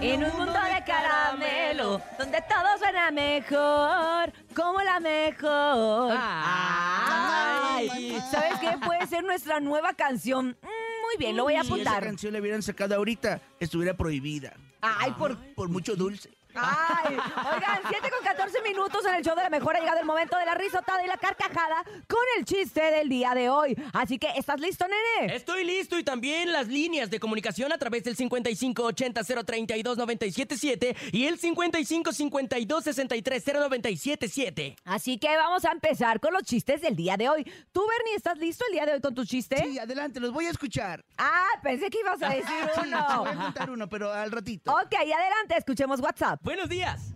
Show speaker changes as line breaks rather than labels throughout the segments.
En un mundo de caramelo, donde todo suena mejor, como la mejor. Ay, ¿Sabes qué? Puede ser nuestra nueva canción. Mm, Muy bien, lo voy a
Si esa
apuntar.
canción la hubieran sacado ahorita, estuviera prohibida. Ah,
Ay, por...
Por mucho dulce.
Ay, oigan, 7 con 14 minutos en el show de la mejor ha llegado el momento de la risotada y la carcajada con el chiste del día de hoy. Así que, ¿estás listo, nene?
Estoy listo y también las líneas de comunicación a través del 5580-032-977 y el 5552-630977.
Así que vamos a empezar con los chistes del día de hoy. ¿Tú, Bernie, estás listo el día de hoy con tu chiste?
Sí, adelante, los voy a escuchar.
Ah, pensé que ibas a decir
Sí, te voy a
uno. Oh,
contar uno, pero al ratito.
Ok, adelante, escuchemos WhatsApp.
Buenos días.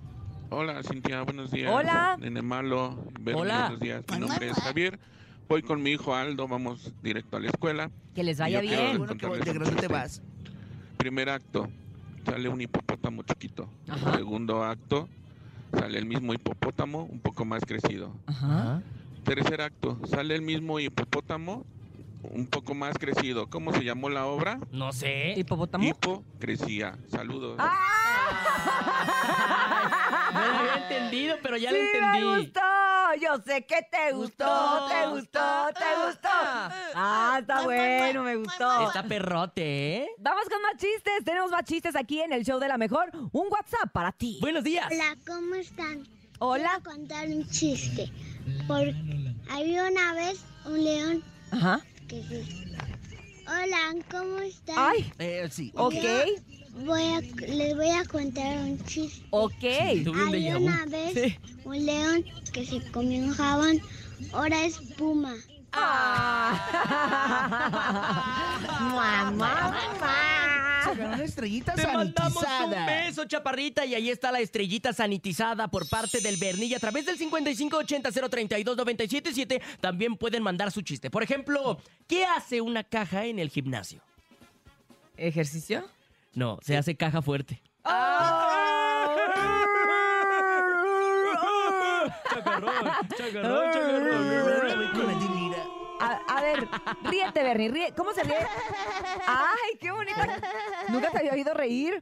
Hola, Cintia, buenos días.
Hola.
Nene Malo, Vero,
Hola.
buenos días. Mi nombre es Javier. Voy con mi hijo Aldo, vamos directo a la escuela.
Que les vaya
Yo
bien.
quiero
Bueno, que
contarles
de
un
grande te
chiste.
vas.
Primer acto, sale un hipopótamo chiquito. Segundo acto, sale el mismo hipopótamo, un poco más crecido. Tercer acto, sale el mismo hipopótamo, un poco más crecido. ¿Cómo se llamó la obra?
No sé.
¿Hipopótamo?
Hipocresía. Saludos.
No lo había entendido, pero ya lo
Sí, me
entendí.
gustó. Yo sé que te gustó,
Gustó.
te gustó, te gustó. Ah, está bueno, me gustó.
Está perrote, ¿eh?
Vamos con más chistes. Tenemos más chistes aquí en el show de la mejor. Un WhatsApp para ti.
Buenos días.
Hola, ¿cómo están?
Hola.
Quiero contar un chiste. Por... Había una vez un león
Ajá.
que dijo, hola, ¿cómo están?
Ay,
Eh, sí.
ok,
Voy a- Les voy a contar un chiste.
ok.
Tuve un déjà
Había
vu.
una vez un león que se comió un jabón, ahora es puma.
Ah. Mua, mua, mua.
Se ganó una estrellita
Te mandamos un
sanitizada.
beso, chaparrita, y ahí está la estrellita sanitizada por parte del Bernie. Y a través del 5580-032-977 también pueden mandar su chiste. Por ejemplo, ¿qué hace una caja en el gimnasio?
¿Ejercicio?
No, se hace caja fuerte.
Voy con la Dinira.
A, a ver, ríete, Bernie. ríe- ¿Cómo se ríe? ¡Ay, qué bonita! Nunca te había oído reír.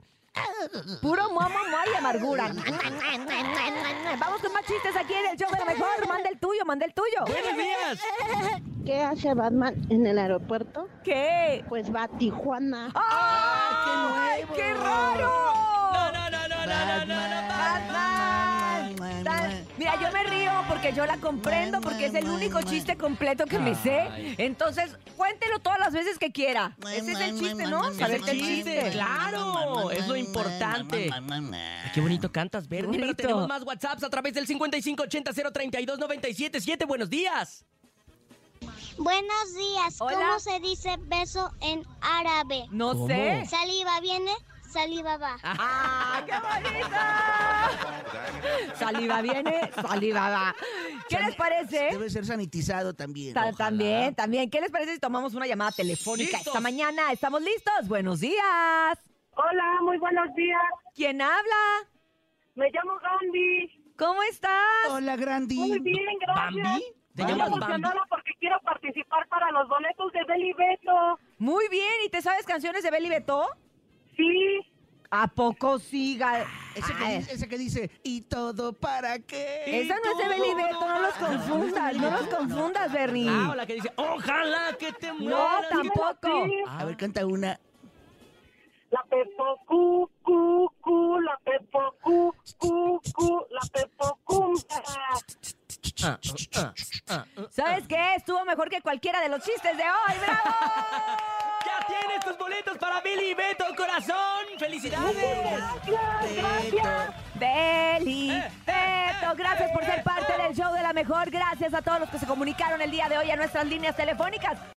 Puro mua, mua, mua y amargura. Vamos con más chistes aquí en el show de la mejor. Manda el tuyo, manda el tuyo.
Buenos días.
¿Qué hace Batman en el aeropuerto?
¿Qué?
Pues va a Tijuana.
¡Ay,
qué nuevo!
Ah, qué raro!
No, no, no, no, no, no, no, no.
Batman. Tan- Mira, yo me río porque yo la comprendo, porque es el único chiste completo que me sé. Entonces, cuéntelo todas las veces que quiera. Ese es el chiste, ¿no? Saberte el chiste.
claro, es lo importante. Ay, Qué bonito cantas, Bernie. Pero
Bonito.
tenemos más WhatsApps a través del 5580-032-977. Buenos días.
Buenos días,
Hola.
¿cómo se dice beso en árabe?
No
¿Cómo?
sé.
Saliva viene, saliva va.
¡Ah, qué bonito! Saliva viene, saliva va. ¿Qué les parece?
Debe ser sanitizado también.
¿Eh? Ta- También, también. ¿Qué les parece si tomamos una llamada telefónica
¡Listos!
esta mañana? ¿Estamos listos? Buenos días.
Hola, muy buenos días.
¿Quién habla?
Me llamo Gandhi.
¿Cómo estás?
Hola,
Muy
Grandi.
bien,
¿Bambi?
gracias.
¿Te
Estoy
llamas
emocionada
Bambi?
porque quiero participar para los boletos de Beli Beto.
Muy bien, ¿y te sabes canciones de Beli Beto?
Sí,
¿A poco siga?
Ah, Ese que,
Ah.
dice, ese que dice, ¿y todo para qué?
Esa no es de Beli Beto, no los confundas, no los confundas, Bernie.
Ah, o la que dice, ojalá que te
No,
mueras.
tampoco.
sí.
A ver, canta una.
La Pepo cu, cu, cu, la Pepo cu, cu, cu, la Pepo cum.
Ah, ah, ah, ah.
¿Sabes qué? Estuvo mejor que cualquiera de los chistes de hoy, ¡bravo!
Ya tienes tus boletos para Billy Beto, corazón. ¡Felicidades!
Gracias, gracias.
Beli,
Eh,
Beto, gracias por ser parte del show de la mejor. Gracias a todos los que se comunicaron el día de hoy a nuestras líneas telefónicas.